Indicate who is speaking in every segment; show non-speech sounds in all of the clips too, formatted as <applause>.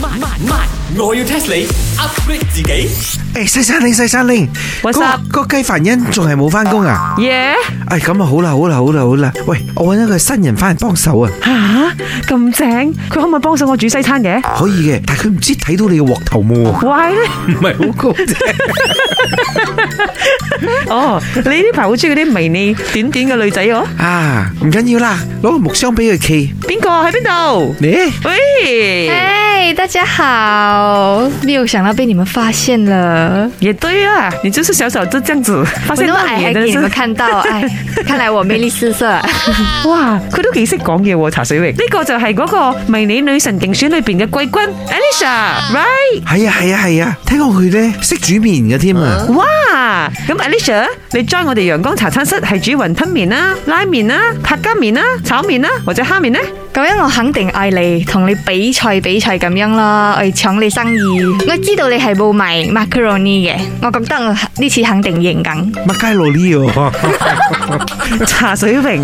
Speaker 1: 慢慢慢，我要 test 你 upgrade 自己。
Speaker 2: 诶，西山令，西山令
Speaker 3: What's
Speaker 2: 嗰
Speaker 3: up？
Speaker 2: 嗰雞凡欣仲係冇翻工啊？
Speaker 3: 耶！
Speaker 2: 唉，咁啊好啦，好啦，好啦，好啦，喂，我搵一個新人翻嚟幫手啊，
Speaker 3: 吓咁正，佢可唔可以幫手我煮西餐嘅？
Speaker 2: 可以嘅，但係佢唔知睇到你嘅鑊頭冇喎，
Speaker 3: 喂，
Speaker 2: 唔係好高啫。
Speaker 3: 哦，你呢排好中意嗰啲迷你短短嘅女仔哦？
Speaker 2: 啊，唔緊要啦，攞個木箱俾佢企，
Speaker 3: 邊個喺邊度？
Speaker 2: 你
Speaker 3: 喂，
Speaker 4: 嗨，哎大家好！没有想到被你们发现了，
Speaker 3: 也对啊，你就是小小只这样子，發
Speaker 4: 我
Speaker 3: 現
Speaker 4: 那么
Speaker 3: 到
Speaker 4: 矮
Speaker 3: 你
Speaker 4: 还
Speaker 3: 的
Speaker 4: 给你
Speaker 3: 是
Speaker 4: 们看
Speaker 3: <laughs>
Speaker 4: 到，哎，看来我魅力四射。
Speaker 3: 哇，佢都幾識講嘢喎，茶水榮呢、個就係嗰個迷你女神競選裏邊嘅季軍 Alicia，right？
Speaker 2: 係啊係啊係啊，聽講佢咧識煮麵嘅添啊，
Speaker 3: 哇，咁 Alicia，你 join 我哋陽光茶餐室係煮雲吞麵啦、拉麵啦、拍家麵啦、炒麵啦或者蝦麵呢？
Speaker 4: 咁樣我肯定嗌你同你比賽比賽咁樣啦，我要搶你生意。我知道你係冇埋 macaroni 嘅，我覺得我呢次肯定贏緊。
Speaker 2: 麥佳羅呢喎，
Speaker 3: <laughs> 茶水榮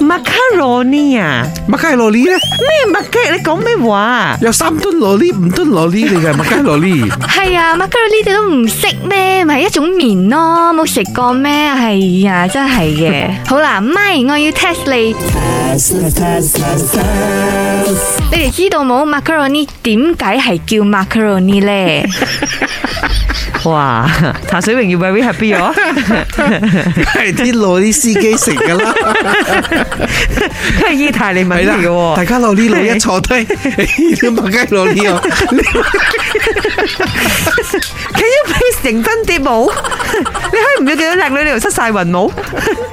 Speaker 3: macaroni 啊，
Speaker 2: 麥佳羅呢咧
Speaker 3: 咩麥雞？你講咩話啊？
Speaker 2: 有三噸羅呢，五噸羅呢嚟嘅麥佳羅呢。
Speaker 4: 係啊，macaroni 你都唔識咩？咪一種麵咯，冇食過咩？係啊，真係嘅。好啦，咪我要 test 你。你哋知道冇 macaroni 點解係叫 macaroni <laughs> 咧？
Speaker 3: 哇，茶水榮要 very happy 哦。
Speaker 2: 系啲攞啲司機食噶啦，
Speaker 3: 佢係意大利文
Speaker 2: 係
Speaker 3: 嚟嘅
Speaker 2: 啦，大
Speaker 3: 喎。
Speaker 2: 家攞呢攞一坐低， <laughs> 你麥雞攞呢喎，
Speaker 3: Can you please 認真啲冇？ <laughs> 你可以唔要見到靚女你又失晒魂冇？ <laughs>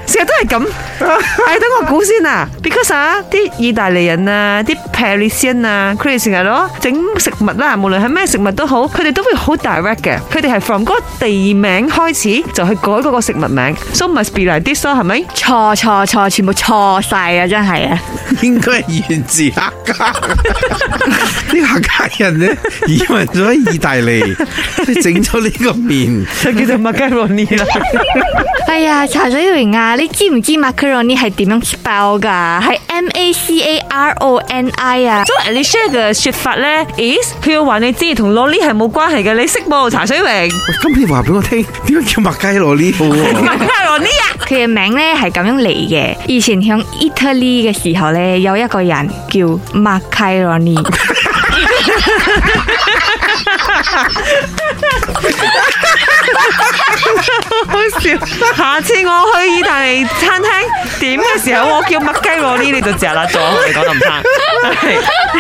Speaker 3: 成日都係咁。係等我估先啊，because 啊，啲意大利人啊，啲 Parisian 啊，佢哋成日攞整食物啦，無論係咩食物都好，佢哋都會好 direct 嘅。佢哋係 from 嗰個地名開始就去改嗰個食物名，so must be like this 咯，係咪？
Speaker 4: 錯錯錯，全部錯晒啊！真係啊！
Speaker 2: <laughs> 應該係源自客家。 <laughs> 呢個客家人咧移民咗喺意大利，整咗呢個面。
Speaker 3: 就叫做 macaroni <laughs> 啦。
Speaker 4: 哎呀，茶水榮啊，你知唔知 macaroni 係點樣 spell 噶？係 M A C A R O N I 啊！
Speaker 3: 所以 Alicia 嘅説法咧，is 佢要話你知同 lolly 係冇關係嘅，你識冇茶 <laughs> 水榮
Speaker 2: 咁你話俾我聽，點解叫麥雞羅呢好喎？
Speaker 3: macaroni 啊？
Speaker 4: 佢嘅名咧係咁樣嚟嘅。以前響 Italy 嘅時候咧，有一個人叫 Macaroni。
Speaker 3: 好笑！下次我去意大利餐廳點嘅時候，我叫麥雞羅呢，你就嚼甩咗。你 <laughs> 講得唔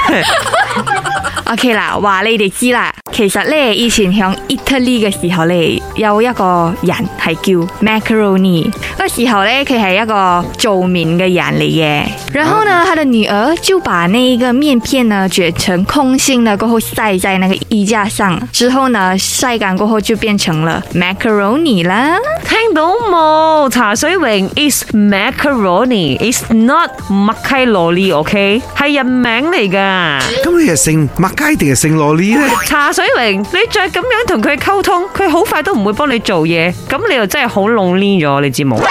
Speaker 3: 啱。
Speaker 4: <laughs> OK 啦，話你哋知啦。其實咧，以前響 Italy 嘅時候咧，有一個人係叫 Macaroni。嗰時候咧，佢係一個做麵嘅人嚟嘅。然後呢，他的女兒就把那個麵片呢捲成空心的，過後曬在那個衣架上。之後呢，曬乾過後就變成了 Macaroni 啦。
Speaker 3: 聽到冇？茶水榮 is macaroni，is not 麥雞羅呢，OK？係人名嚟㗎。
Speaker 2: 咁你係姓麥雞定係姓羅呢咧？
Speaker 3: 茶水榮，你再咁樣同佢溝通，佢好快都唔會幫你做嘢，咁你又真係好 lonely 咗，你知冇？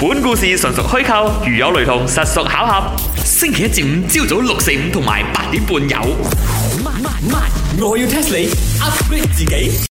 Speaker 5: 本故事純屬虛構，如有雷同，實屬巧合。
Speaker 1: 星期一至五朝早六四五同埋八點半有。慢慢慢，我要 test 你 upgrade 自己。